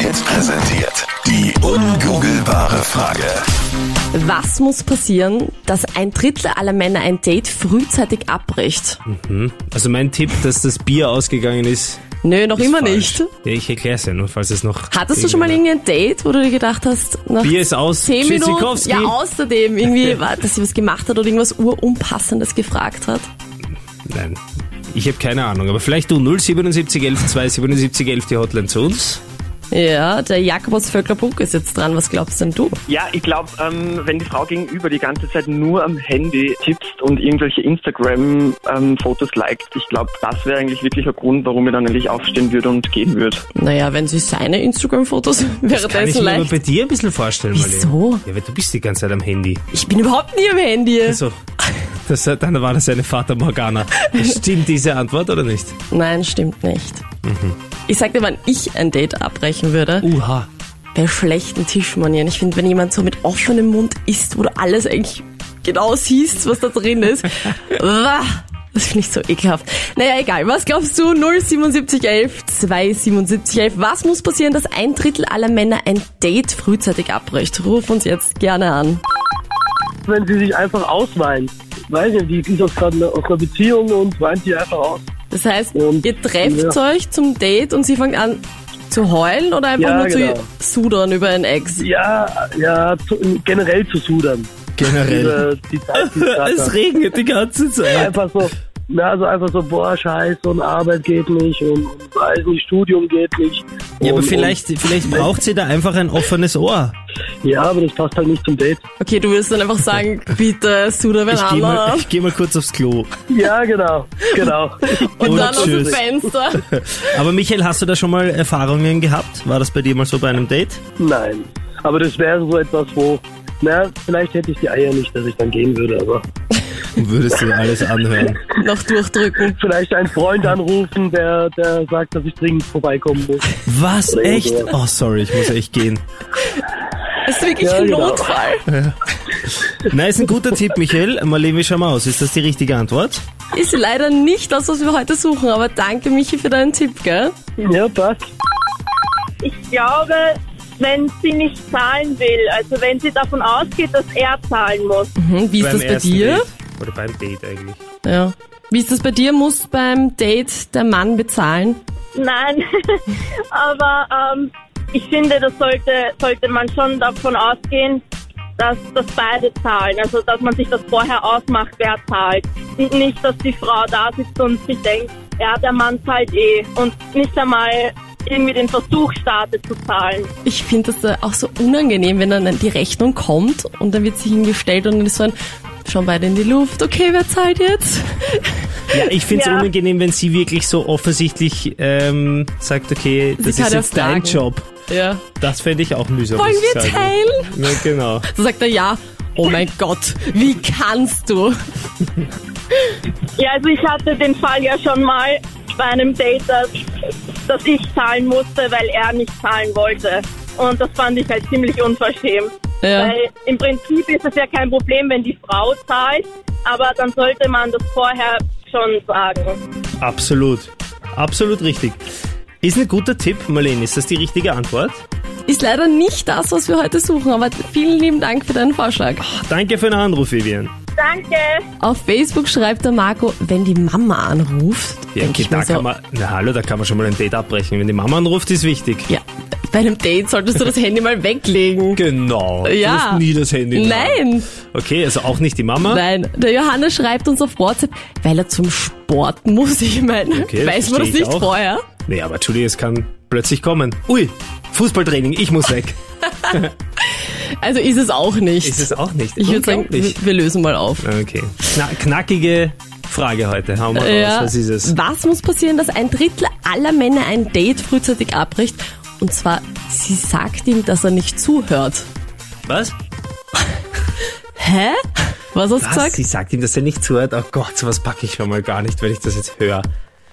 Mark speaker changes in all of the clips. Speaker 1: Hits präsentiert. Die ungoogelbare Frage.
Speaker 2: Was muss passieren, dass ein Drittel aller Männer ein Date frühzeitig abbricht?
Speaker 3: Also mein Tipp, dass das Bier ausgegangen ist.
Speaker 2: Nö, noch
Speaker 3: ist
Speaker 2: immer
Speaker 3: falsch.
Speaker 2: nicht.
Speaker 3: Ja, ich erkläre es ja nur, falls es noch.
Speaker 2: Hattest du schon mal
Speaker 3: irgendwer-
Speaker 2: irgendein Date, wo du dir gedacht hast, nach
Speaker 3: Bier ist aus.
Speaker 2: 10 Minuten,
Speaker 3: Tschüssikowski.
Speaker 2: ja außerdem irgendwie, war, dass sie was gemacht hat oder irgendwas Urumpassendes gefragt hat?
Speaker 3: Nein. Ich habe keine Ahnung, aber vielleicht du 07711 27711 die Hotline zu uns.
Speaker 2: Ja, der Jakob aus Vöcklerbruck ist jetzt dran, was glaubst denn du?
Speaker 4: Ja, ich glaube, ähm, wenn die Frau gegenüber die ganze Zeit nur am Handy tippt und irgendwelche Instagram-Fotos liked, ich glaube, das wäre eigentlich wirklich ein Grund, warum ich dann eigentlich aufstehen würde und gehen würde.
Speaker 2: Naja, wenn sie seine Instagram-Fotos
Speaker 3: Kann ich
Speaker 2: währenddessen
Speaker 3: mir aber
Speaker 2: leicht.
Speaker 3: bei dir ein bisschen vorstellen, Marlene.
Speaker 2: Wieso?
Speaker 3: Ja, weil du bist die ganze Zeit am Handy.
Speaker 2: Ich bin überhaupt nie am Handy.
Speaker 3: Also, das, dann war das eine Fata Morgana. Stimmt diese Antwort oder nicht?
Speaker 2: Nein, stimmt nicht. Ich sag dir, wann ich ein Date abbrechen würde.
Speaker 3: Uha.
Speaker 2: bei schlechten Tischmanieren. Ich finde, wenn jemand so mit offenem Mund isst, wo du alles eigentlich genau siehst, was da drin ist, wah, das finde ich so ekelhaft. Naja, egal. Was glaubst du? 07711, 27711. Was muss passieren, dass ein Drittel aller Männer ein Date frühzeitig abbricht? Ruf uns jetzt gerne an.
Speaker 5: wenn sie sich einfach ausweint. Weiß nicht, die ist aus gerade aus einer Beziehung und weint sie einfach aus.
Speaker 2: Das heißt,
Speaker 5: Und-
Speaker 2: ihr trefft
Speaker 5: ja.
Speaker 2: euch zum Date und sie fängt an zu heulen oder einfach
Speaker 5: Ja,
Speaker 2: nur
Speaker 5: genau.
Speaker 2: zu sudern über einen Ex.
Speaker 5: Ja, ja, zu, generell zu sudern.
Speaker 3: Generell.
Speaker 5: Über die Zeit, die sie gerade
Speaker 3: Es
Speaker 5: hat.
Speaker 3: regnet die ganze Zeit.
Speaker 5: Einfach so, na, also einfach so, boah, scheiße, und Arbeit geht nicht und, und weiß nicht, Studium geht nicht.
Speaker 3: Ja, aber
Speaker 5: und,
Speaker 3: vielleicht, vielleicht braucht sie da einfach ein offenes Ohr.
Speaker 5: Und, ja, aber das passt halt nicht zum Date.
Speaker 2: Okay, du willst dann einfach sagen, bitte suder wenn
Speaker 3: Ich gehe mal,
Speaker 2: anderen.
Speaker 3: ich geh mal kurz aufs Klo.
Speaker 5: Ja, genau, genau.
Speaker 2: Und
Speaker 3: Und
Speaker 2: dann aus dem
Speaker 3: tschüss.
Speaker 2: Fenster.
Speaker 3: Aber Michael, hast du da schon mal Erfahrungen gehabt? War das bei dir mal so bei einem Date?
Speaker 5: Nein, aber das wäre so etwas, wo, na, vielleicht hätte ich die Eier nicht, dass ich dann gehen würde, aber
Speaker 3: Würdest du alles anhören?
Speaker 2: noch durchdrücken.
Speaker 5: vielleicht einen Freund anrufen, der, der sagt, dass ich dringend vorbeikommen muss.
Speaker 3: Was?
Speaker 5: Oder
Speaker 3: Echt?
Speaker 5: irgendwas.
Speaker 3: Oh, sorry, ich muss echt gehen.
Speaker 2: Es ist wirklich
Speaker 5: Ja,
Speaker 2: ein
Speaker 5: genau.
Speaker 2: Notfall.
Speaker 3: Nein, ist ein guter Tipp, Michael. Marlene, wie schauen wir aus? Ist das die richtige Antwort?
Speaker 2: Ist leider nicht das, was wir heute suchen, aber danke Michi für deinen Tipp, gell?
Speaker 5: Ja, passt.
Speaker 6: Ich glaube, wenn sie nicht zahlen will, also wenn sie davon ausgeht, dass er zahlen muss.
Speaker 2: Hm, wie ist das bei dir?
Speaker 3: Date. Oder beim Date eigentlich.
Speaker 2: Ja. Wie ist das bei dir? Muss beim Date der Mann bezahlen?
Speaker 6: Nein, aber ähm, ich finde, das sollte, sollte man schon davon ausgehen, dass, dass beide zahlen. Also, dass man sich das vorher ausmacht, wer zahlt. Und nicht, dass die Frau da sitzt und sich denkt, ja, der Mann zahlt eh. Und nicht einmal irgendwie den Versuch startet zu zahlen.
Speaker 2: Ich finde das da auch so unangenehm, wenn dann die Rechnung kommt und dann wird sie hingestellt und dann ist so ein, schon beide in die Luft, okay, wer zahlt jetzt?
Speaker 3: Ja, ich finde es
Speaker 6: Ja.
Speaker 3: unangenehm, wenn sie wirklich so offensichtlich ähm, sagt, okay, das
Speaker 2: kann
Speaker 3: ist
Speaker 2: ja
Speaker 3: jetzt dein
Speaker 2: fragen.
Speaker 3: Job.
Speaker 2: Ja.
Speaker 3: Das fände ich auch mühsam.
Speaker 2: Wollen
Speaker 3: muss ich
Speaker 2: wir
Speaker 3: sagen.
Speaker 2: teilen?
Speaker 3: Ja, genau.
Speaker 2: So sagt er ja. Oh mein Gott, wie kannst du?
Speaker 6: Ja, also ich hatte den Fall ja schon mal bei einem Date, dass, dass ich zahlen musste, weil er nicht zahlen wollte. Und das fand ich halt ziemlich unverschämt.
Speaker 2: Ja.
Speaker 6: Weil im Prinzip ist es ja kein Problem, wenn die Frau zahlt, aber dann sollte man das vorher schon sagen.
Speaker 3: Absolut. Absolut richtig. Ist ein guter Tipp, Marlene. Ist das die richtige Antwort?
Speaker 2: Ist leider nicht das, was wir heute suchen, aber vielen lieben Dank für deinen Vorschlag.
Speaker 3: Danke für den Anruf, Vivian.
Speaker 6: Danke!
Speaker 2: Auf Facebook schreibt der Marco, wenn die Mama anruft,
Speaker 3: Ja,
Speaker 2: denke
Speaker 3: okay,
Speaker 2: ich
Speaker 3: da
Speaker 2: mir so,
Speaker 3: kann man, na hallo, da kann man schon mal ein Date abbrechen. Wenn die Mama anruft, ist wichtig.
Speaker 2: ja, bei einem Date solltest du das Handy mal weglegen.
Speaker 3: Genau.
Speaker 2: Ja.
Speaker 3: Du hast nie das Handy. dran.
Speaker 2: Nein,
Speaker 3: Okay, also auch nicht die Mama.
Speaker 2: nein. Der Johannes schreibt uns auf WhatsApp, weil er zum Sport muss. Ich meine,
Speaker 3: Okay,
Speaker 2: weiß man das
Speaker 3: verstehe ich
Speaker 2: nicht
Speaker 3: auch.
Speaker 2: vorher?
Speaker 3: Nee, aber Entschuldigung, es kann plötzlich kommen. Ui, Fußballtraining, ich muss weg.
Speaker 2: Also ist es auch nicht.
Speaker 3: ist es auch nicht.
Speaker 2: ich würde sagen,
Speaker 3: Unglaublich.
Speaker 2: wir wir lösen mal auf.
Speaker 3: Okay. Na, knackige Frage heute. Hau mal raus, was ist es?
Speaker 2: Was muss passieren, dass ein Drittel aller Männer ein Date frühzeitig abbricht? Und zwar, sie sagt ihm, dass er nicht zuhört.
Speaker 3: Was?
Speaker 2: Hä? Was hast du
Speaker 3: Was? Sie
Speaker 2: gesagt?
Speaker 3: sagt ihm, dass er nicht zuhört. Oh Gott, sowas packe ich schon mal gar nicht, wenn ich das jetzt höre.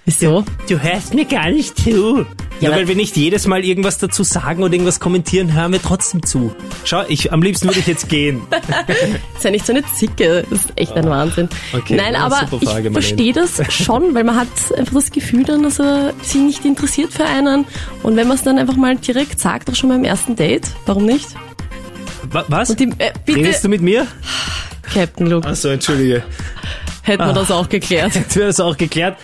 Speaker 2: Wieso?
Speaker 3: Du hörst mir gar nicht zu.
Speaker 2: Ja,
Speaker 3: Nur
Speaker 2: aber-
Speaker 3: weil wir nicht jedes Mal irgendwas dazu sagen oder irgendwas kommentieren, hören wir trotzdem zu. Schau, ich, am liebsten würde ich jetzt gehen.
Speaker 2: Ist ja nicht so eine Zicke. Das ist echt ein Wahnsinn.
Speaker 3: Ah, okay.
Speaker 2: Nein,
Speaker 3: Ja,
Speaker 2: aber
Speaker 3: super
Speaker 2: ich
Speaker 3: Frage, Marlene.
Speaker 2: verstehe das schon, weil man hat einfach das Gefühl dann, dass er sich nicht interessiert für einen. Und wenn man es dann einfach mal direkt sagt, auch schon beim ersten Date, warum nicht?
Speaker 3: Wa- Was?
Speaker 2: Und die, äh,
Speaker 3: Redest du
Speaker 2: bitte,
Speaker 3: mit mir?
Speaker 2: Captain Luke,
Speaker 3: Achso, entschuldige. Ah.
Speaker 2: hätten wir das auch geklärt.
Speaker 3: Jetzt wäre das auch geklärt.